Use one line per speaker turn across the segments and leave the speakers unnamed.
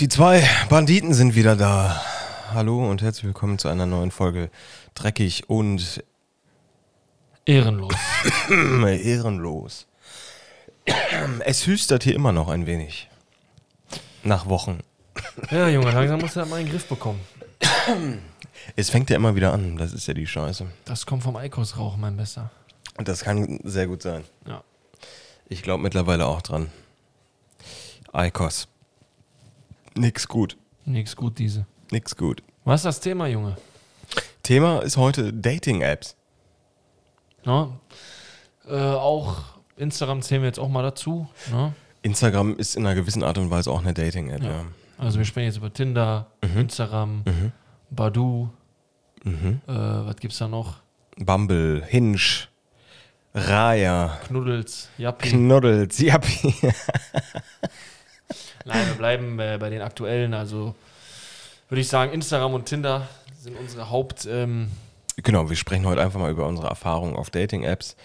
Die zwei Banditen sind wieder da. Hallo und herzlich willkommen zu einer neuen Folge Dreckig und
Ehrenlos.
ehrenlos. Es hüstert hier immer noch ein wenig. Nach Wochen.
Ja, Junge, langsam musst du das mal in den Griff bekommen.
Es fängt ja immer wieder an, das ist ja die Scheiße.
Das kommt vom Eikosrauch, mein Bester.
Und das kann sehr gut sein.
Ja.
Ich glaube mittlerweile auch dran. Eikos. Nix gut.
Nix gut, diese.
Nix gut.
Was ist das Thema, Junge?
Thema ist heute Dating-Apps.
Ne? Äh, auch Instagram zählen wir jetzt auch mal dazu. Ne?
Instagram ist in einer gewissen Art und Weise auch eine Dating-App, ja.
Also wir sprechen jetzt über Tinder, Instagram, Badu. Äh, was gibt's da noch?
Bumble, Hinge, Raya,
Knuddels, Yappi.
Knuddels, Yappi.
Nein, wir bleiben äh, bei den aktuellen. Also würde ich sagen, Instagram und Tinder sind unsere Haupt... Ähm,
Genau, wir sprechen heute einfach mal über unsere Erfahrungen auf Dating-Apps.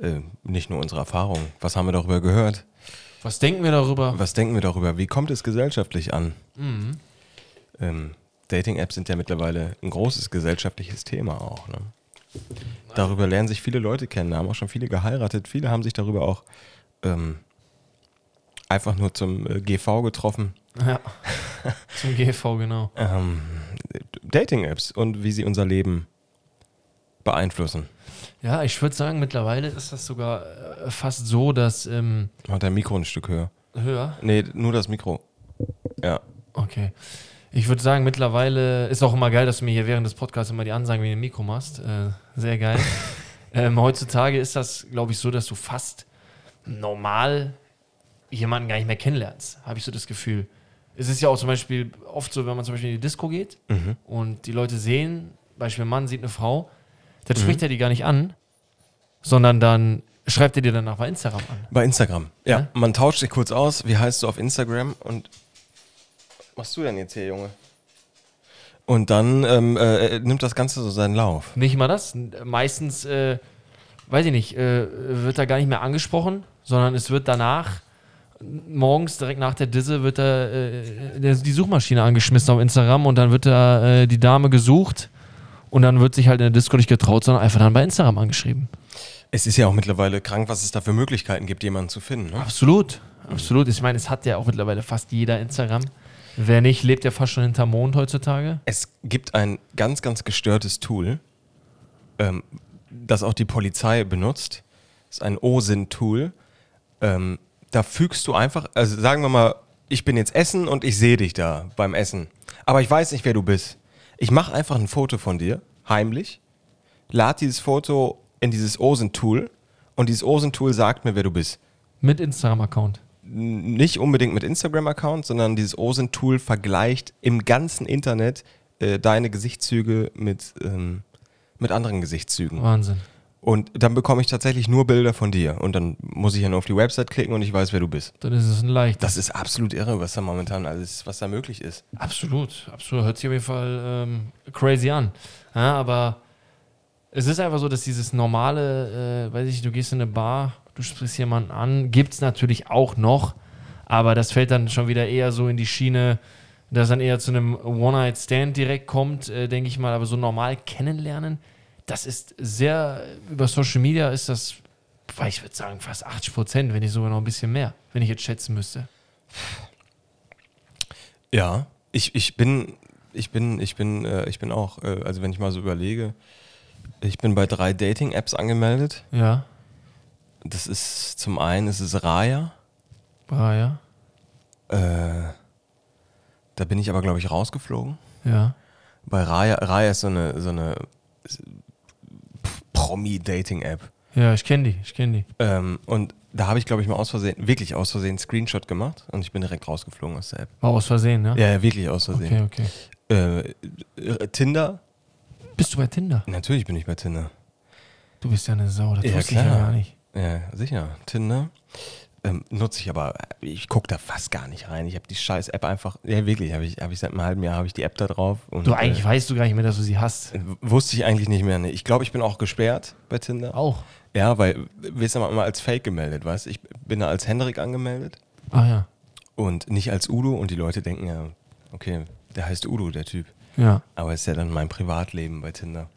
Äh, nicht nur unsere Erfahrungen. Was haben wir darüber gehört?
was denken wir darüber?
Was denken wir darüber? Wie kommt es gesellschaftlich an? Ähm, Dating-Apps sind ja mittlerweile ein großes gesellschaftliches Thema auch. Ne? Darüber lernen sich viele Leute kennen, haben auch schon viele geheiratet. Viele haben sich darüber auch ähm, einfach nur zum äh, GV getroffen.
Ja. Zum GV, genau.
ähm, Dating-Apps und wie sie unser Leben beeinflussen.
Ja, ich würde sagen, mittlerweile ist das sogar äh, fast so, dass ähm,
Hat dein Mikro ein Stück höher?
höher.
Nee, nur das Mikro. Ja.
Okay. Ich würde sagen, mittlerweile ist auch immer geil, dass du mir hier während des Podcasts immer die Ansagen wie ein Mikro machst. Äh, sehr geil. ähm, heutzutage ist das, glaube ich, so, dass du fast normal jemanden gar nicht mehr kennenlernst, habe ich so das Gefühl. Es ist ja auch zum Beispiel oft so, wenn man zum Beispiel in die Disco geht und die Leute sehen, Beispiel ein Mann sieht eine Frau, dann spricht er die gar nicht an, sondern dann schreibt er dir danach bei Instagram an.
Bei Instagram. Ja.
Ja?
Man tauscht sich kurz aus. Wie heißt du auf Instagram? Und was machst du denn jetzt hier, Junge? Und dann ähm, äh, nimmt das Ganze so seinen Lauf.
Nicht mal das. Meistens, äh, weiß ich nicht, äh, wird da gar nicht mehr angesprochen, sondern es wird danach, morgens direkt nach der Disse, wird da äh, der, die Suchmaschine angeschmissen auf Instagram und dann wird da äh, die Dame gesucht und dann wird sich halt in der Disco nicht getraut, sondern einfach dann bei Instagram angeschrieben.
Es ist ja auch mittlerweile krank, was es da für Möglichkeiten gibt, jemanden zu finden. Ne?
Absolut, absolut. Ich meine, es hat ja auch mittlerweile fast jeder Instagram. Wer nicht, lebt ja fast schon hinterm Mond heutzutage.
Es gibt ein ganz, ganz gestörtes Tool, ähm, das auch die Polizei benutzt. Das ist ein OSINT-Tool. Ähm, da fügst du einfach, also sagen wir mal, ich bin jetzt Essen und ich sehe dich da beim Essen. Aber ich weiß nicht, wer du bist. Ich mache einfach ein Foto von dir, heimlich, lad dieses Foto in dieses OSINT-Tool und dieses OSINT-Tool sagt mir, wer du bist
Mit Instagram-Account.
nicht unbedingt mit Instagram-Account, sondern dieses OSINT-Tool vergleicht im ganzen Internet äh, deine Gesichtszüge mit, ähm, mit anderen Gesichtszügen.
Wahnsinn.
Und dann bekomme ich tatsächlich nur Bilder von dir. Und dann muss ich ja nur auf die Website klicken und ich weiß, wer du bist.
Dann ist es ein leichtes.
Das ist absolut irre, was da momentan alles, was da möglich ist.
Absolut, absolut. Hört sich auf jeden Fall ähm, crazy an. Ja, aber es ist einfach so, dass dieses normale, äh, weiß ich, du gehst in eine Bar, du sprichst jemanden an, gibt es natürlich auch noch, aber das fällt dann schon wieder eher so in die Schiene, dass dann eher zu einem One-Night-Stand direkt kommt, äh, denke ich mal. Aber so normal kennenlernen, das ist sehr, über Social Media ist das, weil ich würde sagen, fast 80 Prozent, wenn nicht sogar noch ein bisschen mehr, wenn ich jetzt schätzen müsste.
Ja, ich, ich bin, ich bin, ich bin, äh, ich bin auch, äh, also wenn ich mal so überlege, ich bin bei drei Dating-Apps angemeldet.
Ja,
Das ist zum einen, es ist Raya.
ah, ja,
Äh, da bin ich aber, glaube ich, rausgeflogen.
ja.
Bei Raya, Raya ist so eine, so eine P- Promi-Dating-App.
Ja, ich kenne die, ich kenne die.
Ähm, und da habe ich, glaube ich, mal aus Versehen, wirklich aus Versehen, einen Screenshot gemacht und ich bin direkt rausgeflogen aus der App.
War aus Versehen, ne?
Ja, ja wirklich aus
Okay,
Versehen.
okay.
Äh, äh, Tinder?
Bist du bei Tinder?
Natürlich bin ich bei Tinder.
Du bist ja eine Sau, das
Ja,
wusste ich ja
klar.
gar nicht.
Ja, sicher. Tinder. Ähm, nutze ich aber, ich gucke da fast gar nicht rein. Ich habe die scheiß App einfach, ja wirklich, habe ich, hab ich seit einem halben Jahr habe ich die App da drauf. Und,
Du, eigentlich weißt du gar nicht mehr, dass du sie hast.
W- Wusste ich eigentlich nicht mehr. Ne? Ich glaube, ich bin auch gesperrt bei Tinder.
Auch.
Ja, weil wir sind immer als Fake gemeldet, weißt du? Ich bin da als Hendrik angemeldet
Ah ja.
und nicht als Udo und die Leute denken ja, okay, der heißt Udo, der Typ.
Ja.
Aber ist ja dann mein Privatleben bei Tinder.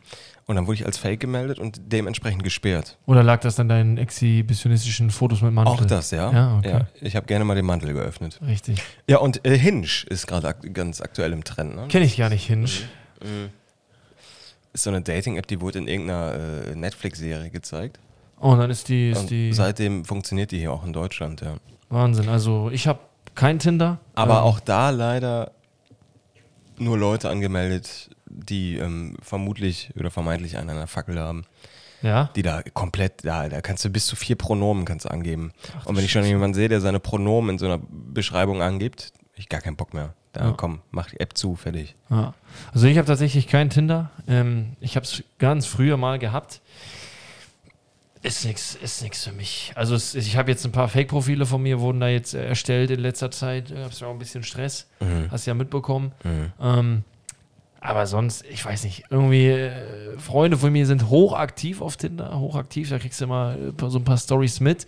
Und dann wurde ich als Fake gemeldet und dementsprechend gesperrt.
Oder lag das an deinen exhibitionistischen Fotos mit Mantel?
Auch das, ja.
Ja, okay.
ich habe gerne mal den Mantel geöffnet.
Richtig.
Ja, und äh, Hinge ist gerade ak ganz aktuell im Trend. Ne?
Kenne ich gar nicht, Hinge.
Ist so eine Dating-App, die wurde in irgendeiner äh, Netflix-Serie gezeigt.
Oh, und dann ist die, ist
und
die
seitdem funktioniert die hier auch in Deutschland, ja.
Wahnsinn. Also ich habe kein Tinder.
Aber
Ähm,
auch da leider nur Leute angemeldet, die ähm, vermutlich oder vermeintlich einen an der Fackel haben.
Ja.
Die da komplett, da, da kannst du bis zu vier Pronomen kannst du angeben. Und wenn ich schon jemanden sehe, der seine Pronomen in so einer Beschreibung angibt, hab ich gar keinen Bock mehr. Da
Ja.
komm, mach die App zu, fertig.
Ja. Also ich habe tatsächlich kein Tinder. Ähm, ich habe es ganz früher mal gehabt. Ist nix, ist nix für mich. Also es, ich habe jetzt ein paar Fake-Profile von mir, wurden da jetzt äh, erstellt in letzter Zeit. Äh, Hab's ja auch ein bisschen Stress. Hast ja mitbekommen. Ähm, aber sonst, ich weiß nicht, irgendwie äh, Freunde von mir sind hochaktiv auf Tinder, hochaktiv, da kriegst du immer äh, so ein paar Stories mit.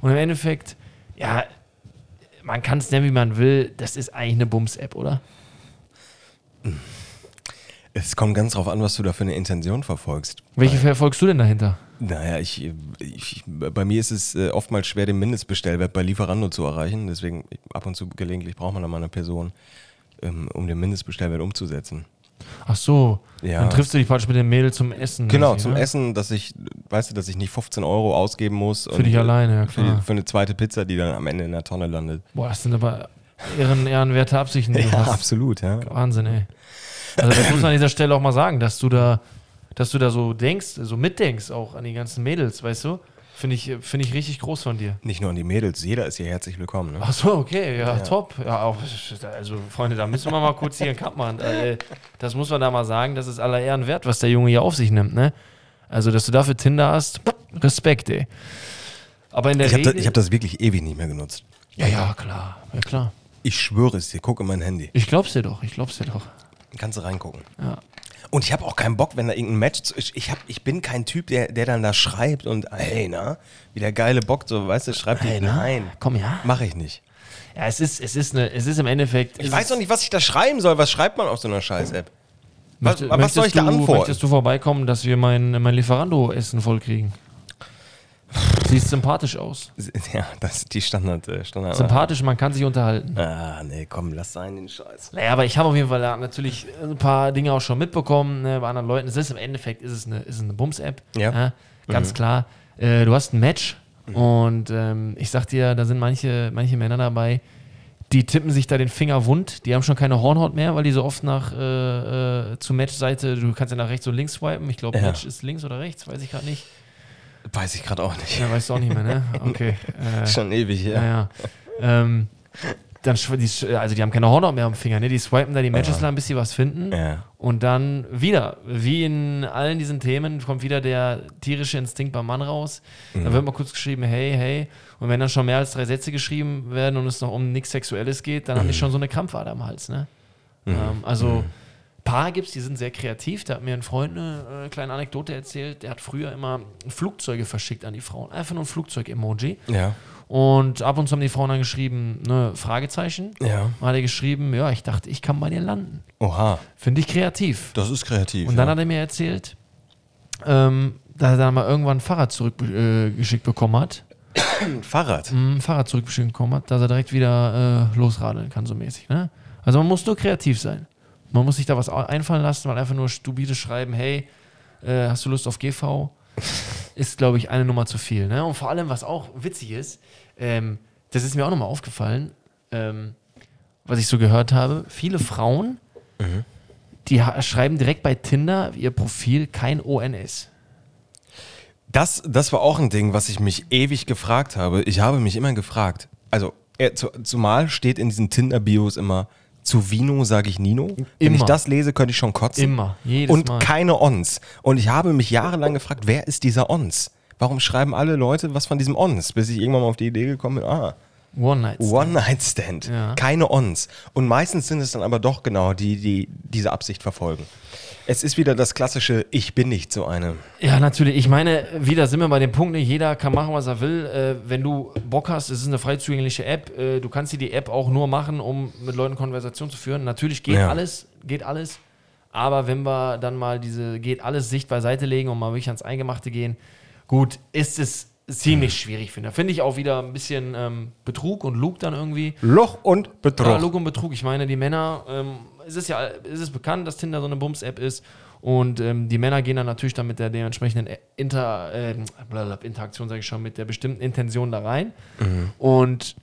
Und im Endeffekt, ja, man kann es nennen, wie man will, das ist eigentlich eine Bums-App, oder?
Es kommt ganz drauf an, was du da für eine Intention verfolgst.
Welche verfolgst du denn dahinter?
Naja, ich, ich, bei mir ist es äh, oftmals schwer, den Mindestbestellwert bei Lieferando zu erreichen. Deswegen ich- ab und zu gelegentlich braucht man da mal eine Person, ähm, um den Mindestbestellwert umzusetzen.
Ach so,
Ja.
dann triffst du dich praktisch mit dem Mädel zum Essen.
Genau,
mäßig,
zum
ne?
Essen, dass ich, weißt du, dass ich nicht 15 Euro ausgeben muss. äh,
Für dich alleine, ja
Für, die,
klar.
für eine zweite Pizza, die dann am Ende in der Tonne landet.
Boah, das sind aber ehren, ehrenwerte Absichten, die du hast. Genau.
absolut, ja.
Wahnsinn, ey. Also das muss man an dieser Stelle auch mal sagen, dass du da, dass du da so denkst, so mitdenkst auch an die ganzen Mädels, weißt du? Finde ich, finde ich richtig groß von dir.
Nicht nur an die Mädels, jeder ist hier herzlich willkommen. Ne?
Ach so, okay, ja, top. Ja, auch, also Freunde, da müssen wir mal kurz hier einen Cut machen. Äh, Das muss man da mal sagen, das ist aller Ehren wert, was der Junge hier auf sich nimmt, ne? Also, dass du dafür Tinder hast, Respekt, ey. Aber in der
Ich habe das,
Regel...
ich hab das wirklich ewig nicht mehr genutzt.
ja, ja, klar, ja klar.
Ich schwöre es dir, guck in mein Handy.
Ich glaub's dir doch, ich glaub's dir doch.
Kannst du reingucken.
Ja.
Und ich habe auch keinen Bock, wenn da irgendein Match. zu- Ich, ich, hab, ich bin kein Typ, der, der dann da schreibt und, hey, na, wie der geile Bock, so, weißt du, schreibt hey,
na?
nein.
Komm, ja.
Mache ich nicht.
Ja, es ist, es ist, eine, es ist im Endeffekt...
Ich weiß doch nicht, was ich da schreiben soll. Was schreibt man auf so einer Scheiß-App? Was,
Möchte-
was soll ich da
möchtest du-
antworten?
Möchtest du vorbeikommen, dass wir mein, mein Lieferando-Essen vollkriegen? Siehst sympathisch aus.
Ja, das ist die Standard. Äh, Standard
Sympathisch, man kann sich unterhalten.
ah, nee, komm, lass sein den Scheiß.
Naja, aber ich habe auf jeden Fall da natürlich ein paar Dinge auch schon mitbekommen ne, bei anderen Leuten. Es ist im Endeffekt ist es eine, ist es eine Bums-App. ne?
Ja. Mhm.
ganz klar. Äh, du hast ein Match und ähm, ich sag dir, da sind manche, manche Männer dabei, die tippen sich da den Finger wund. Die haben schon keine Hornhaut mehr, weil die so oft nach äh, äh, zu Match-Seite, du kannst ja nach rechts und links swipen. Ich glaube,
Ja.
Match ist links oder rechts, weiß ich gerade nicht.
Weiß ich gerade auch nicht.
Ja, weißt du auch nicht mehr, ne? Okay. Äh,
Schon ewig her.
naja. Ähm, dann, schw- die, sch- also die haben keine Hornhaut mehr am Finger, ne? Die swipen da die Matches lang, bis sie was finden.
Ja.
Und dann wieder, wie in allen diesen Themen, kommt wieder der tierische Instinkt beim Mann raus. Dann wird mal kurz geschrieben, hey, hey. Und wenn dann schon mehr als drei Sätze geschrieben werden und es noch um nichts Sexuelles geht, dann habe ich schon so eine Krampfader am Hals, ne? Ähm, also Paar gibt's, die sind sehr kreativ. Da hat mir ein Freund eine äh, kleine Anekdote erzählt. Der hat früher immer Flugzeuge verschickt an die Frauen. Einfach nur ein Flugzeug-Emoji.
Ja.
Und ab und zu haben die Frauen dann geschrieben, ne, Fragezeichen.
Ja.
Dann hat er geschrieben, ja, ich dachte, ich kann bei dir landen.
Oha,
Finde ich kreativ.
das ist kreativ.
Und dann
ja.
hat er mir erzählt, ähm, dass er dann mal irgendwann ein Fahrrad zurückgeschickt äh, geschickt bekommen hat.
ein Fahrrad.
Ein Fahrrad zurückgeschickt bekommen hat, dass er direkt wieder äh, losradeln kann, so mäßig. Ne? Also man muss nur kreativ sein. Man muss sich da was au- einfallen lassen, weil einfach nur stupide schreiben, hey, äh, hast du Lust auf GV? ist, glaube ich, eine Nummer zu viel. Ne? Und vor allem, was auch witzig ist, ähm, das ist mir auch nochmal aufgefallen, ähm, was ich so gehört habe, viele Frauen, die ha- schreiben direkt bei Tinder ihr Profil kein ONS.
Das, das war auch ein Ding, was ich mich ewig gefragt habe. Ich habe mich immer gefragt. Also, äh, zu, zumal steht in diesen Tinder-Bios immer, zu Vino sage ich Nino. Wenn
Immer.
ich das lese, könnte ich schon kotzen.
Immer, jedes
Und
Mal.
keine Ons. Und ich habe mich jahrelang gefragt, wer ist dieser Ons? Warum schreiben alle Leute was von diesem Ons? Bis ich irgendwann mal auf die Idee gekommen bin, ah,
One-Night-Stand.
One-Night-Stand.
Ja.
Keine Ons. Und meistens sind es dann aber doch genau die, die diese Absicht verfolgen. Es ist wieder das klassische Ich bin nicht so eine.
Ja, natürlich. Ich meine, wieder sind wir bei dem Punkt, ne? jeder kann machen, was er will. Äh, wenn du Bock hast, es ist eine frei zugängliche App. Äh, du kannst dir die App auch nur machen, um mit Leuten Konversation zu führen. Natürlich geht
Ja.
alles, geht alles. Aber wenn wir dann mal diese geht alles Sicht beiseite legen und mal wirklich ans Eingemachte gehen, gut, ist es ziemlich schwierig, finde ich. Da Finde ich auch wieder ein bisschen ähm, Betrug und Lug dann irgendwie.
Loch und
Ja,
Betrug.
Lug und Betrug. Ich meine, die Männer, ähm, es ist ja, es ist bekannt, dass Tinder so eine Bums-App ist. Und ähm, die Männer gehen dann natürlich dann mit der dementsprechenden Ä- Inter, ähm, blablabla, Interaktion, sage ich schon, mit der bestimmten Intention da rein. Und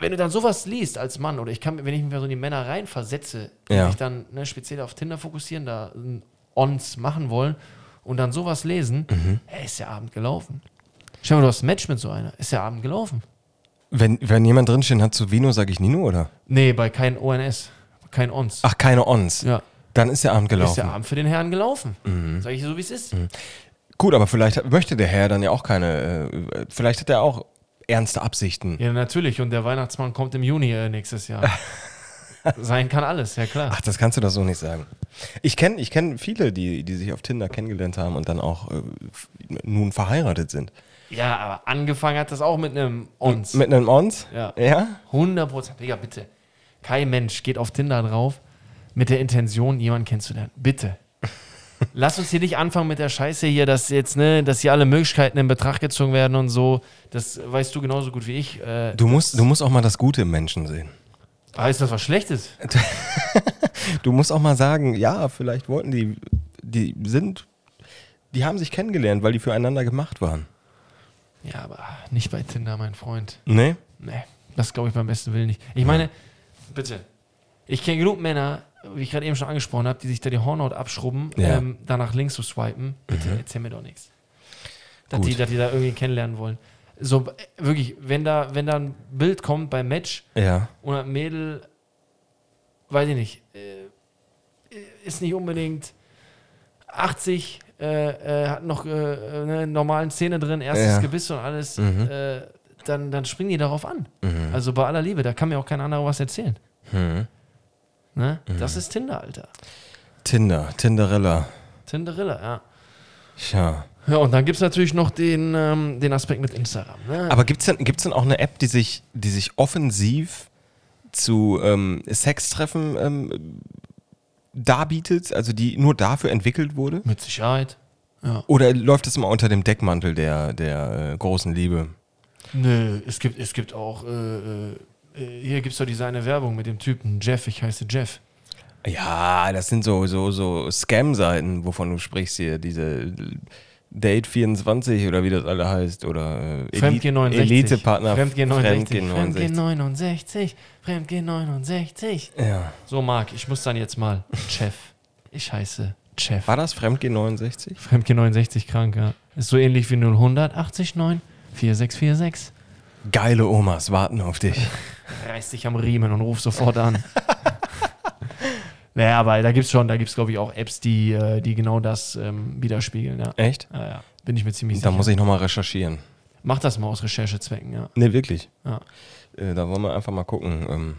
wenn du dann sowas liest als Mann, oder ich kann, wenn ich mich mal so in die Männer reinversetze, die
Ja.
mich dann ne, speziell auf Tinder fokussieren, da ähm, Ons machen wollen und dann sowas lesen, ey, ist ja Abend gelaufen. Stell dir mal, du hast ein Match mit so einer, ist ja Abend gelaufen.
wenn, wenn jemand drinstehen hat zu Vino, sage ich Nino, oder?
Nee, bei kein ONS, kein Ons.
Ach, keine Ons.
Ja.
Dann ist der Abend gelaufen.
Ist der Abend für den Herrn gelaufen.
Mhm.
Sag ich so, wie es ist.
Gut, aber vielleicht möchte der Herr dann ja auch keine. Äh, vielleicht hat er auch ernste Absichten.
Ja, natürlich. Und der Weihnachtsmann kommt im Juni äh, nächstes Jahr. Sein kann alles, ja klar.
Ach, das kannst du doch so nicht sagen. Ich kenne ich kenn viele, die, die sich auf Tinder kennengelernt haben und dann auch äh, f- nun verheiratet sind.
Ja, aber angefangen hat das auch mit einem Ons.
Mit einem Ons?
Ja.
Ja?
100 Prozent. Digga, bitte. Kein Mensch geht auf Tinder drauf mit der Intention, jemanden kennenzulernen. Bitte. Lass uns hier nicht anfangen mit der Scheiße hier, dass jetzt, ne, dass hier alle Möglichkeiten in Betracht gezogen werden und so. Das weißt du genauso gut wie ich. Äh,
Du musst, du musst auch mal das Gute im Menschen sehen.
heißt das was Schlechtes?
Du musst auch mal sagen, ja, vielleicht wollten die, die sind, die haben sich kennengelernt, weil die füreinander gemacht waren.
Ja, aber nicht bei Tinder, mein Freund.
Nee?
Nee, das glaube ich beim besten Willen nicht. Ich meine, bitte. Ich kenne genug Männer, wie ich gerade eben schon angesprochen habe, die sich da die Hornhaut abschrubben,
Ja. Mhm.
ähm, danach links zu swipen. Bitte erzähl mir doch nichts. Dass
Gut.
die, dass die da irgendwie kennenlernen wollen. So, äh, wirklich, wenn da, wenn da ein Bild kommt beim Match
Ja.
und ein Mädel, weiß ich nicht, äh, ist nicht unbedingt 80, äh, äh, hat noch äh, äh, eine normalen Szene drin, erstes
Ja.
Gebiss und alles,
Mhm.
äh, dann, dann springen die darauf an.
Mhm.
Also bei aller Liebe, da kann mir auch kein anderer was erzählen.
Hm.
Ne?
Mhm.
Das ist Tinder, Alter.
Tinder, Tinderella.
Tinderilla, ja.
Tja.
Ja, und dann gibt es natürlich noch den, ähm, den Aspekt mit Instagram. Ne?
Aber gibt es denn, gibt's denn auch eine App, die sich, die sich offensiv zu ähm, Sextreffen ähm, darbietet, also die nur dafür entwickelt wurde?
Mit Sicherheit. Ja.
Oder läuft das immer unter dem Deckmantel der, der äh, großen Liebe?
Nö, es gibt, es gibt auch, äh, äh, hier gibt es doch diese eine Werbung mit dem Typen, Jeff, ich heiße Jeff.
Ja, das sind so, so, so Scam-Seiten, wovon du sprichst hier, diese Date 24 oder wie das alle heißt, oder äh,
Fremdgehen 69.
Elite-Partner.
Fremdgehen 69.
Fremdgehen
Fremdgehen
69.
69. Fremdgehen 69.
Ja.
So, Marc, ich muss dann jetzt mal. Chef. Ich heiße Chef.
War das Fremdgehen 69?
Fremdke 69 krank, ja. Ist so ähnlich wie 0189 4646.
Geile Omas warten auf dich.
Reiß dich am Riemen und ruf sofort an. naja, aber da gibt's schon, da gibt's glaube ich auch Apps, die, äh, die genau das ähm, widerspiegeln, ja.
Echt?
Ja, ja. Bin ich mir ziemlich
Äh, Da
sicher.
muss ich nochmal recherchieren.
Mach das mal aus Recherchezwecken, ja.
Ne, wirklich.
ja.
Äh, da wollen wir einfach mal gucken, ähm,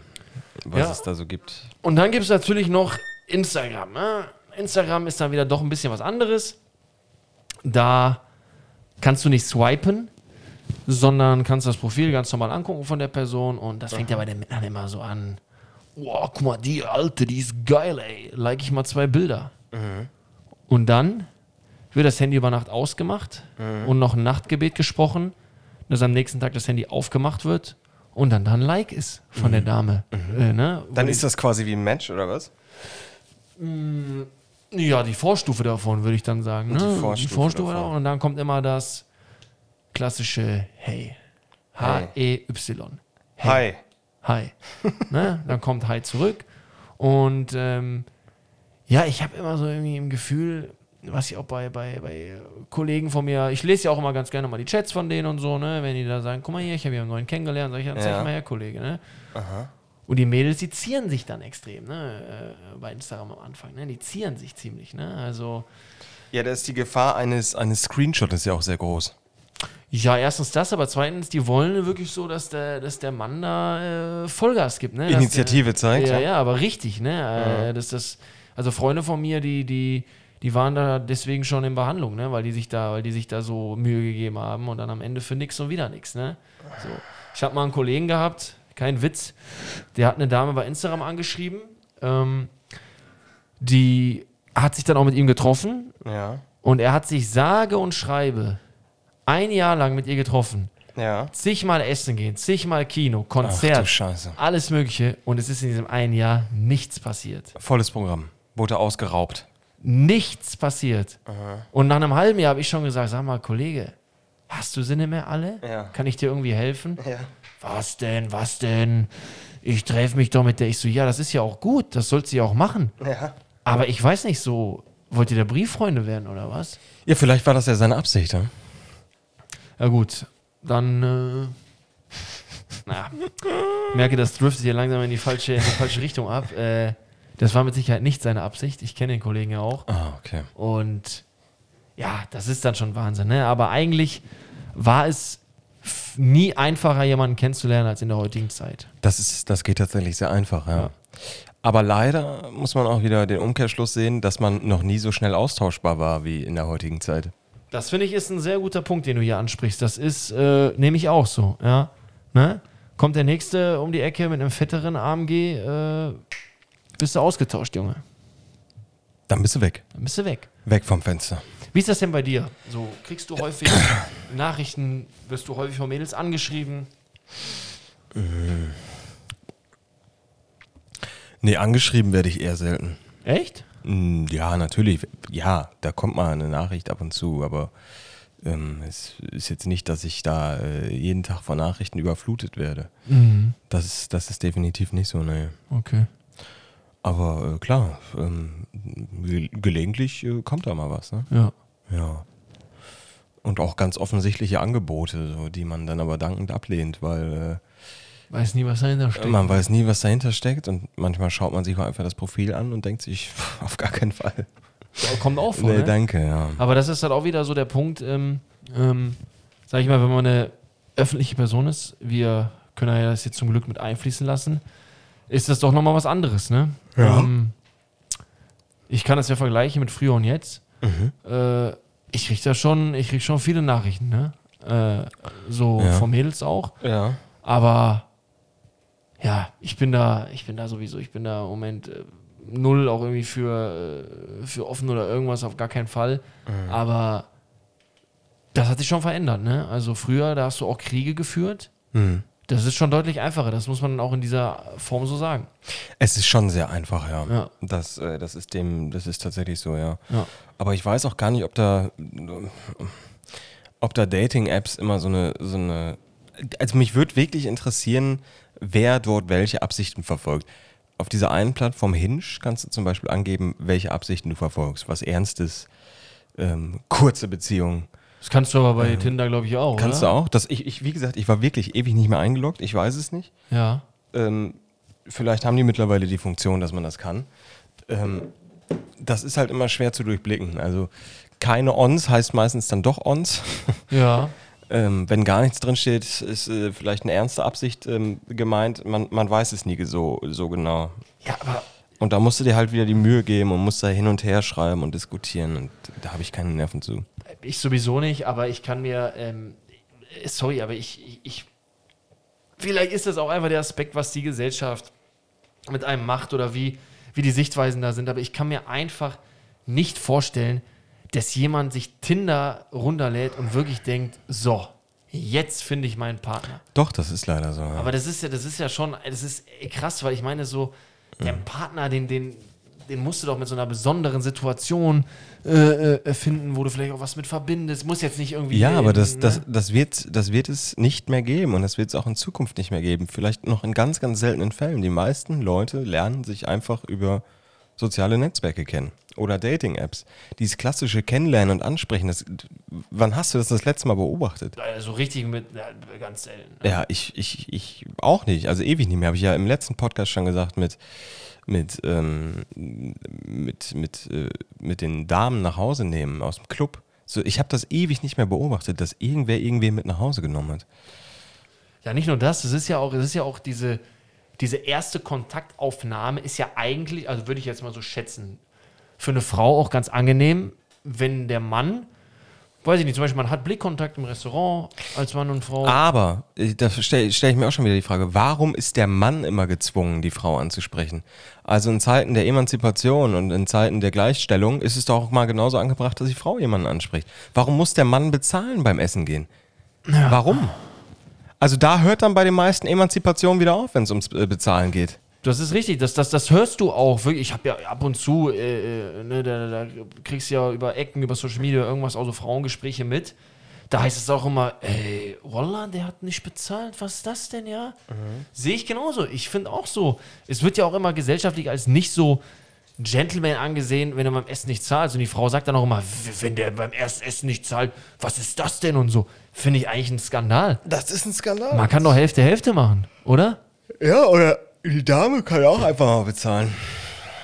was
Ja.
es da so gibt.
Und dann gibt es natürlich noch Instagram. Ne? Instagram ist dann wieder doch ein bisschen was anderes. Da kannst du nicht swipen, sondern kannst das Profil ganz normal angucken von der Person. Und das fängt ja bei den Männern immer so an. Wow, guck mal, die Alte, die ist geil, ey. Like ich mal zwei Bilder.
Mhm.
Und dann wird das Handy über Nacht ausgemacht
Mhm.
und noch ein Nachtgebet gesprochen, dass am nächsten Tag das Handy aufgemacht wird und dann da ein Like ist von der Dame. Äh, ne?
Mhm. Dann
Wo-
ist das quasi wie ein Match, oder was?
Mm, Ja, die Vorstufe davon, würde ich dann sagen. Ne?
Die Vorstufe davon.
davon. Und dann kommt immer das klassische Hey. E H-E-Y.
Hi.
Hi. ne? Dann kommt Hi zurück. Und ähm, ja, ich habe immer so irgendwie im Gefühl, was ich auch bei, bei, bei Kollegen von mir, ich lese ja auch immer ganz gerne mal die Chats von denen und so, ne? Wenn die da sagen, guck mal hier, ich habe hier einen neuen kennengelernt, sag ich, dann zeig
Ja.
mal her, Kollege, ne? Und die Mädels, die zieren sich dann extrem, ne? Äh, bei Instagram am Anfang, ne? Die zieren sich ziemlich, ne? Also,
Ja, da ist die Gefahr eines, eines Screenshots ja auch sehr groß.
Ja, erstens das, aber zweitens, die wollen wirklich so, dass der, dass der Mann da äh, Vollgas gibt. Ne? Dass
Initiative
der,
zeigt.
Ja, ja, aber richtig. Ne? Äh, Dass das, also Freunde von mir, die, die, die waren da deswegen schon in Behandlung, ne? weil, die sich da, weil die sich da so Mühe gegeben haben und dann am Ende für nix und wieder nix. Ne? So. Ich habe mal einen Kollegen gehabt, kein Witz, der hat eine Dame bei Instagram angeschrieben, ähm, die hat sich dann auch mit ihm getroffen,
Ja.
und er hat sich sage und schreibe ein Jahr lang mit ihr getroffen.
Ja.
Zigmal essen gehen, zigmal Kino,
Ach du
Konzert,
Scheiße.
alles Mögliche. Und es ist in diesem einen Jahr nichts passiert.
Volles Programm. Wurde ausgeraubt.
Nichts passiert. Und nach einem halben Jahr habe ich schon gesagt: Sag mal, Kollege, hast du Sinne mehr alle?
Ja.
Kann ich dir irgendwie helfen? Was denn, was denn? Ich treffe mich doch mit der. Ich so: Ja, das ist ja auch gut, das sollt ihr auch machen.
Ja.
Aber ich weiß nicht so, wollt ihr der Brieffreunde werden oder was?
Ja, vielleicht war das ja seine Absicht, ne?
Ja gut, dann äh, na, merke, das driftet hier langsam in die falsche, in die falsche Richtung ab. Äh, das war mit Sicherheit nicht seine Absicht. Ich kenne den Kollegen ja auch.
Ah, okay.
Und ja, das ist dann schon Wahnsinn. Ne? Aber eigentlich war es f- nie einfacher, jemanden kennenzulernen als in der heutigen Zeit.
Das, ist, das geht tatsächlich sehr einfach, ja.
Ja.
Aber leider muss man auch wieder den Umkehrschluss sehen, dass man noch nie so schnell austauschbar war wie in der heutigen Zeit.
Das finde ich ist ein sehr guter Punkt, den du hier ansprichst. Das ist, äh, nehme ich auch so. Ja? Ne? Kommt der Nächste um die Ecke mit einem fetteren AMG, äh, bist du ausgetauscht, Junge.
Dann bist du weg.
Dann bist du weg.
Weg vom Fenster.
Wie ist das denn bei dir? So, kriegst du häufig Nachrichten, wirst du häufig von Mädels angeschrieben?
Nee, angeschrieben werde ich eher selten.
Echt?
Mm, Ja, natürlich. Ja, da kommt mal eine Nachricht ab und zu, aber ähm, es ist jetzt nicht, dass ich da äh, jeden Tag von Nachrichten überflutet werde.
Mhm.
Das ist, das ist definitiv nicht so, ne.
Okay.
Aber äh, klar, ähm, ge gelegentlich äh, kommt da mal was, ne?
Ja.
Ja. Und auch ganz offensichtliche Angebote, so, die man dann aber dankend ablehnt, weil
Weiß nie, was dahinter
äh,
steckt.
man weiß nie, was dahinter steckt und manchmal schaut man sich auch einfach das Profil an und denkt sich, pff, auf gar keinen Fall.
Kommt auch vor.
nee,
ne?
danke, ja.
Aber das ist halt auch wieder so der Punkt, ähm, ähm, sag ich mal, wenn man eine öffentliche Person ist, wir können ja das jetzt zum Glück mit einfließen lassen, ist das doch nochmal was anderes, ne?
Ja.
Ähm, ich kann das ja vergleichen mit früher und jetzt.
Mhm.
äh, ich krieg da schon, ich krieg schon viele Nachrichten, ne? Äh, so
Ja.
von Mädels auch.
Ja.
Aber ja, ich bin da, ich bin da sowieso, ich bin da im Moment äh, null auch irgendwie für, äh, für offen oder irgendwas, auf gar keinen Fall. Aber das hat sich schon verändert, ne? Also früher, da hast du auch Kriege geführt.
Mhm.
Das ist schon deutlich einfacher, das muss man auch in dieser Form so sagen.
Es ist schon sehr einfach, ja.
Ja.
Das, äh, das ist dem, das ist tatsächlich so, ja.
Ja.
Aber ich weiß auch gar nicht, ob da, ob da Dating-Apps immer so eine, so eine. Also mich würde wirklich interessieren, wer dort welche Absichten verfolgt. Auf dieser einen Plattform Hinge kannst du zum Beispiel angeben, welche Absichten du verfolgst. Was Ernstes, ähm, kurze Beziehungen.
Das kannst du aber bei Tinder, glaube ich, auch.
Kannst
oder?
du auch? Das, ich, ich, wie gesagt, ich war wirklich ewig nicht mehr eingeloggt. Ich weiß es nicht.
auch. Ja.
ähm, vielleicht haben die mittlerweile die Funktion, dass man das kann. Ähm, das ist halt immer schwer zu durchblicken. Also keine Ons heißt meistens dann doch Ons.
Ja.
ähm, wenn gar nichts drinsteht, ist äh, vielleicht eine ernste Absicht ähm, gemeint. Man, man weiß es nie so, so genau.
Ja, aber
Und da musst du dir halt wieder die Mühe geben und musst da hin und her schreiben und diskutieren. Und da habe ich keine Nerven zu.
Ich sowieso nicht, aber ich kann mir, ähm, äh, sorry, aber ich, ich, ich, vielleicht ist das auch einfach der Aspekt, was die Gesellschaft mit einem macht oder wie, wie die Sichtweisen da sind, aber ich kann mir einfach nicht vorstellen, dass jemand sich Tinder runterlädt und wirklich denkt, so, jetzt finde ich meinen Partner.
Doch, das ist leider so. ja.
Aber das ist ja, das ist ja schon, das ist krass, weil ich meine, so, der
Mhm.
Partner, den, den, den musst du doch mit so einer besonderen Situation äh, äh, finden, wo du vielleicht auch was mit verbindest. Muss jetzt nicht irgendwie.
Ja, aber das,
ne?
das, das, wird, das wird es nicht mehr geben und das wird es auch in Zukunft nicht mehr geben. Vielleicht noch in ganz, ganz seltenen Fällen. Die meisten Leute lernen sich einfach über soziale Netzwerke kennen oder Dating-Apps. Dieses klassische Kennenlernen und Ansprechen, das, wann hast du das das letzte Mal beobachtet?
Äh, So richtig mit, ja, ganz selten. ne?
Ja, ich, ich, ich auch nicht. Also ewig nicht mehr. Habe ich ja im letzten Podcast schon gesagt mit, mit, ähm, mit, mit, äh, mit den Damen nach Hause nehmen aus dem Club. So, ich habe das ewig nicht mehr beobachtet, dass irgendwer irgendwen mit nach Hause genommen hat.
Ja, nicht nur das, es ist ja auch, es ist ja auch diese, diese erste Kontaktaufnahme ist ja eigentlich, also würde ich jetzt mal so schätzen, für eine Frau auch ganz angenehm, wenn der Mann, weiß ich nicht, zum Beispiel man hat Blickkontakt im Restaurant als Mann und Frau.
Aber, äh, da stelle stell ich mir auch schon wieder die Frage, warum ist der Mann immer gezwungen, die Frau anzusprechen? Also in Zeiten der Emanzipation und in Zeiten der Gleichstellung ist es doch auch mal genauso angebracht, dass die Frau jemanden anspricht. Warum muss der Mann bezahlen beim Essen gehen? Warum? Also da hört dann bei den meisten Emanzipation wieder auf, wenn es ums äh, Bezahlen geht.
Das ist richtig, das, das, das hörst du auch. Wirklich. Ich habe ja ab und zu, äh, äh, ne, da, da kriegst du ja über Ecken, über Social Media irgendwas, also Frauengespräche mit. Da heißt es auch immer, ey, Wallah, der hat nicht bezahlt, was ist das denn, ja? Sehe ich genauso. Ich finde auch so. Es wird ja auch immer gesellschaftlich als nicht so Gentleman angesehen, wenn er beim Essen nicht zahlt. Und die Frau sagt dann auch immer, "W- wenn der beim ersten Essen nicht zahlt, was ist das denn und so. Finde ich eigentlich ein Skandal.
Das ist ein Skandal.
Man kann doch Hälfte, Hälfte machen, oder?
Ja, oder die Dame kann ja auch einfach mal bezahlen.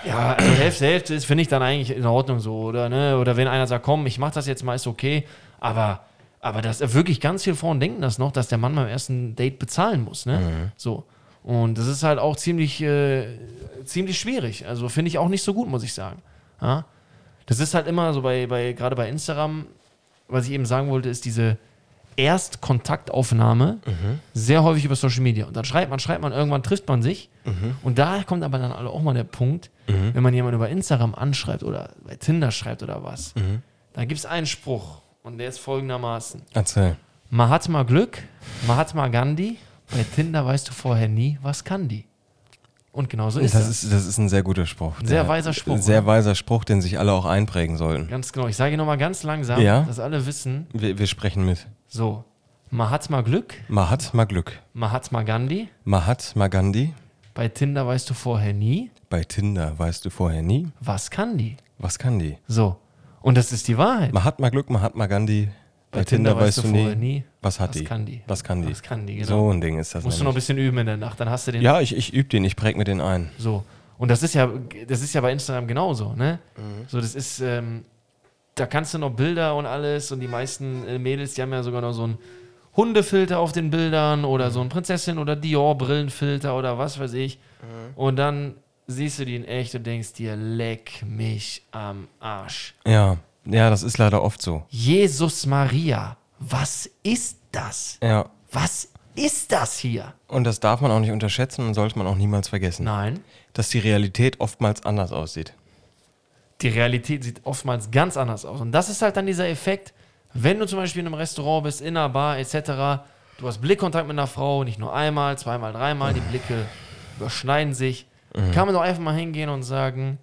Ja, also Hälfte, Hälfte ist, finde ich dann eigentlich in Ordnung so, oder? Ne? Oder wenn einer sagt, komm, ich mach das jetzt mal, ist okay. Aber, aber das wirklich ganz viele Frauen denken das noch, dass der Mann beim ersten Date bezahlen muss, ne? So. Und das ist halt auch ziemlich, äh, ziemlich schwierig. Also finde ich auch nicht so gut, muss ich sagen. Ja? Das ist halt immer so bei, bei gerade bei Instagram, was ich eben sagen wollte, ist diese Erstkontaktaufnahme
Mhm.
sehr häufig über Social Media. Und dann schreibt man, schreibt man, irgendwann trifft man sich.
Mhm.
Und da kommt aber dann auch mal der Punkt, wenn man jemanden über Instagram anschreibt oder bei Tinder schreibt oder was,
Mhm.
dann gibt es einen Spruch und der ist folgendermaßen.
Erzähl.
Mahatma Glück, Mahatma Gandhi, bei Tinder weißt du vorher nie, was kann die. Und genau so ist
Das
das.
ist, das ist ein sehr guter Spruch.
Sehr
Der-
weiser Spruch,
Sehr weiser Spruch, den sich alle auch einprägen sollten.
Ganz genau. Ich sage ihn nochmal ganz langsam,
Ja.
dass alle wissen,
Wir, wir sprechen mit
so, Mahatma Glück,
Mahatma Glück,
Mahatma Gandhi,
Mahatma Gandhi.
bei Tinder weißt du vorher nie,
Bei Tinder weißt du vorher nie,
was kann die.
was kann die.
So. Und das ist die Wahrheit.
Mahatma Glück, Mahatma Gandhi. Bei, Tinder, weißt du nie,
vorher nie,
was hat
was
die.
kann die.
Was kann die.
Was kann die, genau.
So ein Ding ist das.
Musst du noch ein
nämlich.
bisschen üben in der Nacht, dann hast du den
ja, ich, ich übe den, ich präg mir den ein.
So. Und das ist ja, das ist ja bei Instagram genauso, ne? So, das ist, ähm, da kannst du noch Bilder und alles und die meisten äh, Mädels, die haben ja sogar noch so einen Hundefilter auf den Bildern oder so einen Prinzessin- oder Dior-Brillenfilter oder was weiß ich. Und dann siehst du die in echt und denkst dir, leck mich am Arsch.
Ja, ja, das ist leider oft so.
Jesus Maria, was ist das?
Ja,
Was ist das hier?
und das darf man auch nicht unterschätzen und sollte man auch niemals vergessen,
Nein,
dass die Realität oftmals anders aussieht.
die Realität sieht oftmals ganz anders aus. Und das ist halt dann dieser Effekt, wenn du zum Beispiel in einem Restaurant bist, in einer Bar etc., du hast Blickkontakt mit einer Frau, nicht nur einmal, zweimal, dreimal, die Blicke überschneiden sich, kann man doch einfach mal hingehen und sagen,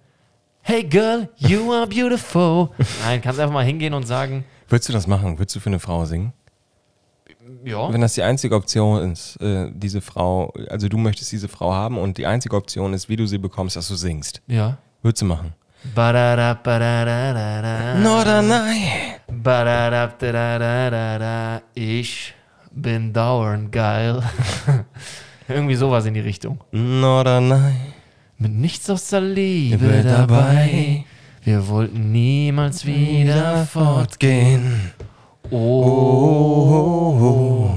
hey girl, you are beautiful. Nein, kannst einfach mal hingehen und sagen,
Würdest du das machen? Würdest du für eine Frau singen?
ja,
Wenn das die einzige Option ist, äh, diese Frau, also du möchtest diese Frau haben und die einzige Option ist, wie du sie bekommst, dass du singst.
ja.
Würdest du machen?
Badada, badada, badada.
Oder nein.
Badadabdadadadada, Ich bin dauernd geil. Irgendwie sowas in die Richtung.
Oder nein.
Mit nichts aus der Liebe
Liebe
dabei.
dabei.
Wir wollten niemals wieder fort.
fortgehen.
Oh,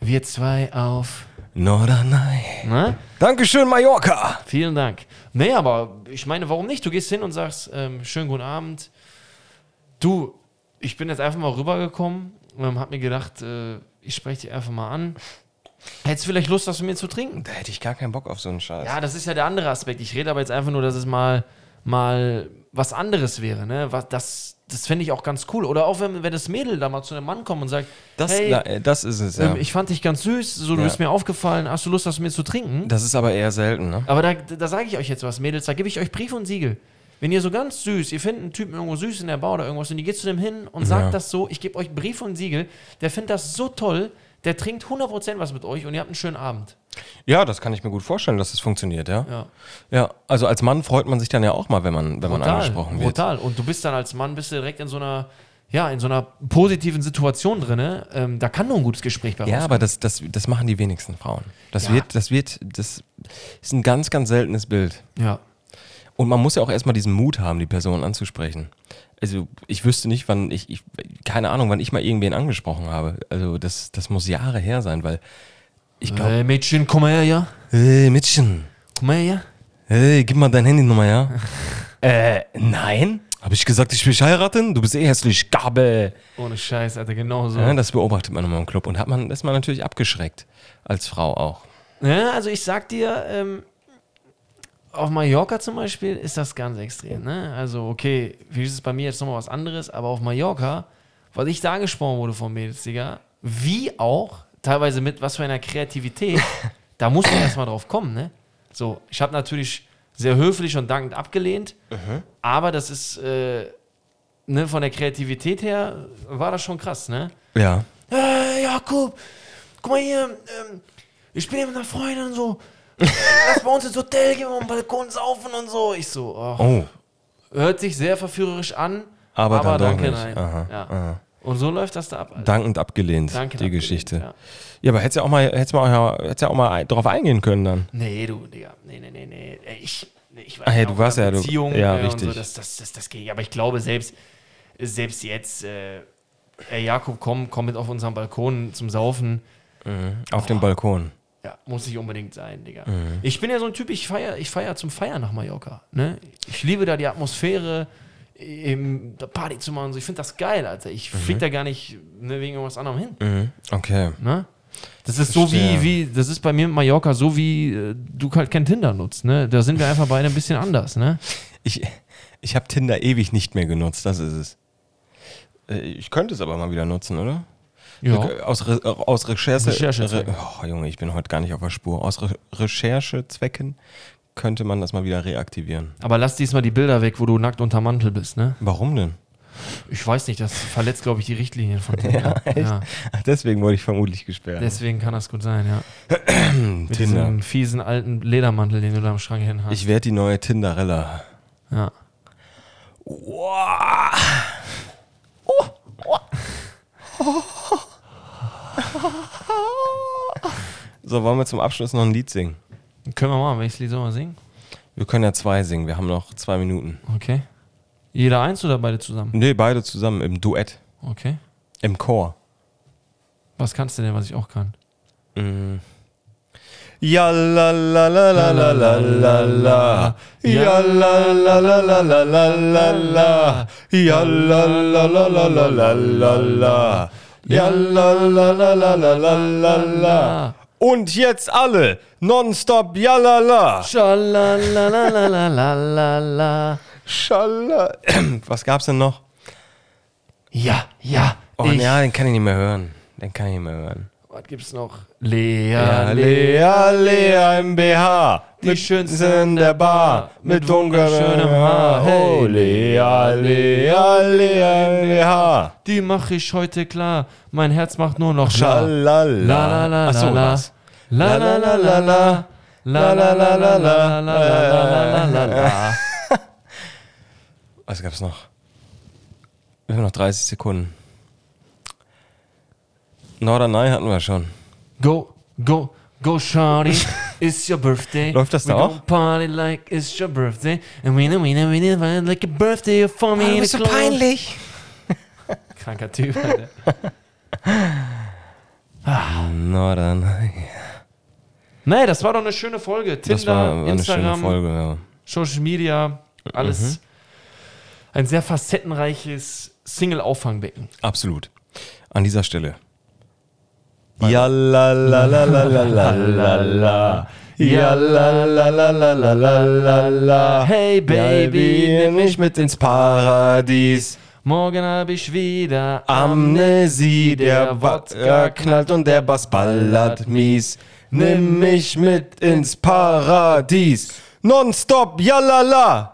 wir zwei auf.
Oder nein.
Na?
Dankeschön, Mallorca.
Vielen Dank. Nee, aber ich meine, warum nicht? Du gehst hin und sagst, ähm, schönen guten Abend. Du, ich bin jetzt einfach mal rübergekommen und hab mir gedacht, äh, ich spreche dich einfach mal an. Hättest vielleicht Lust, was mit mir zu trinken?
Da hätte ich gar keinen Bock auf so einen Scheiß.
Ja, das ist ja der andere Aspekt. Ich rede aber jetzt einfach nur, dass es mal, mal was anderes wäre. Ne? Was, das das fände ich auch ganz cool. Oder auch wenn, wenn das Mädel da mal zu einem Mann kommt und sagt,
das,
hey,
na, äh, das ist es, ja.
ähm, ich fand dich ganz süß, so, du
Ja.
bist mir aufgefallen, hast du Lust, was mit mir zu trinken?
das ist aber eher selten, ne?
Aber da, da sage ich euch jetzt was, Mädels, da gebe ich euch Brief und Siegel. Wenn ihr so ganz süß, ihr findet einen Typen irgendwo süß in der Bar oder irgendwas und ihr geht zu dem hin und sagt
Ja.
das so, ich gebe euch Brief und Siegel, der findet das so toll, der trinkt 100% was mit euch und ihr habt einen schönen Abend.
Ja, das kann ich mir gut vorstellen, dass es das funktioniert, ja?
Ja.
Ja, also als Mann freut man sich dann ja auch mal, wenn man, wenn man angesprochen wird.
brutal. Und du bist dann als Mann, bist du direkt in so einer, ja, in so einer positiven Situation drin, ne? ähm, da kann nur ein gutes Gespräch bei
Ja,
rauskommen.
aber das, das, das machen die wenigsten Frauen. Das
Ja.
wird, das wird, das ist ein ganz, ganz seltenes Bild.
Ja,
Und man muss ja auch erstmal diesen Mut haben, die Person anzusprechen. also ich wüsste nicht, wann ich, ich, keine Ahnung, wann ich mal irgendwen angesprochen habe. Also das, das muss Jahre her sein, weil ich glaube,
Äh, Mädchen, komm mal her, ja?
hey Mädchen,
Komm mal her,
hey, gib mal dein Handynummer, ja? äh, nein? Habe ich gesagt, ich will dich heiraten? Du bist eh hässlich, Gabe.
ja? Ohne Scheiß, Alter, genau so.
Ja, das beobachtet man immer im Club und hat man, ist man natürlich abgeschreckt, als Frau auch.
Ja, also ich sag dir, ähm, auf Mallorca zum Beispiel ist das ganz extrem. Ne? Also okay, wie ist es bei mir jetzt nochmal was anderes, aber auf Mallorca, was ich da angesprochen wurde von Mädels, Digga, wie auch, teilweise mit was für einer Kreativität, da muss man erstmal drauf kommen. Ne? So, ich habe natürlich sehr höflich und dankend abgelehnt, aber das ist, äh, ne, von der Kreativität her war das schon krass, ne?
Ja.
äh, Jakob, guck mal hier, ähm, ich bin hier mit einer Freundin und so. Lass bei uns ins Hotel gehen, am Balkon saufen und so. Ich so, ach,
Oh,
hört sich sehr verführerisch an,
aber, dann doch
danke,
nicht.
nein.
Aha,
ja.
aha.
Und so läuft das da ab. Alter.
Dankend abgelehnt,
Dankend
die
abgelehnt,
Geschichte.
ja.
Ja, aber hättest ja auch mal, hättest ja auch, hättest ja auch mal ein- drauf eingehen können dann.
Nee, du, Digga. Nee, nee, nee, nee. Ey, Ich, nee, ich war
Ach ja,
in
du
einer
warst ja, du-
Beziehung
ja,
äh,
richtig.
Und so, das, das, das, das ging. Aber ich glaube, selbst, selbst jetzt, äh, ey, Jakob, komm, komm mit auf unseren Balkon zum Saufen.
Auf
Oh.
dem Balkon.
Ja, Mhm. muss nicht unbedingt sein, Digga. Ich bin ja so ein Typ, ich feier, ich feier zum Feiern nach Mallorca. Ne? Ich liebe da die Atmosphäre, eben da Party zu machen. und So. Ich finde das geil, Alter. Ich flieg da gar nicht ne, wegen irgendwas anderem hin.
Mhm. Okay.
Ne? Das ist so wie,
Verstehe.
wie, das ist bei mir mit Mallorca so wie äh, du halt kein Tinder nutzt. Ne? Da sind wir einfach beide ein bisschen anders. Ne?
Ich, ich habe Tinder ewig nicht mehr genutzt, das ist es. Äh, Ich könnte es aber mal wieder nutzen, oder?
Ja.
Aus, Re aus Recherche.
Recherchezwecken.
Re oh, Junge, ich bin heute gar nicht auf der Spur. Aus Re Recherchezwecken könnte man das mal wieder reaktivieren.
Aber lass diesmal die Bilder weg, wo du nackt unter Mantel bist. Ne?
Warum denn?
Ich weiß nicht, das verletzt, glaube ich, die Richtlinien von Tinder. Ja,
Ach, deswegen wurde ich vermutlich gesperrt.
Deswegen kann das gut sein, ja. Mit
Tinder.
diesem fiesen alten Ledermantel, den du da im Schrank hin hast.
Ich werde die neue Tinderella.
ja.
So, wollen wir zum Abschluss noch ein Lied singen?
Können wir mal, welches Lied sollen wir singen?
Wir können ja zwei singen, wir haben noch zwei Minuten.
Okay. Jeder eins oder beide zusammen?
Nee, beide zusammen im Duett,
Okay.
im Chor.
Was kannst du denn, was ich auch kann?
Ja la la la la la la la la. Ja la la la la la la la la. Ja la la la la la la la la. Ja la la la la la la la la. Und jetzt alle nonstop ja la la.
Schalalalalalala.
Schalla. Was gab's denn noch?
Ja, ja.
Oh
ich.
ja, den kann ich nicht mehr hören. Den kann ich nicht mehr hören.
Was gibt's noch? Lea,
Ja,
Lea.
Lea, Lea im BH.
Die
mit
Schönste
Sitz in der Bar. Mit wunderschönem Haar.
Hey.
Oh, Lea, Lea, Lea im BH.
Die mache ich heute klar. Mein Herz macht nur noch Schall. La la la
Schalala.
la
Achso,
la.
was?
La la la la la. La la la la la la Äh. la la la la.
Was gab's noch? Wir haben noch 30 Sekunden. Northern Eye hatten wir schon.
Go, go, go, shawty. It's your birthday.
Läuft das da
we
auch?
gon' Party like it's your birthday. And we know, we know, we know, we know, like a birthday for
Ah,
me. to close. Kranker Typ, Alter.
Northern Eye.
Nee, das war doch eine schöne Folge. Tinder,
Das war, war eine schöne
Instagram,
Folge. Mhm. Ja.
Social Media, alles. Ein sehr facettenreiches Single-Auffangbecken.
Absolut. An dieser Stelle. Ja la la la la la la la la. Ja la la la la la la la la.
Hey, Baby,
nimm mich mit ins Paradies.
Morgen hab ich wieder
Amnesie, der Wodka knallt und der Bass ballert mies. Nimm mich mit ins Paradies. Nonstop, ja la la.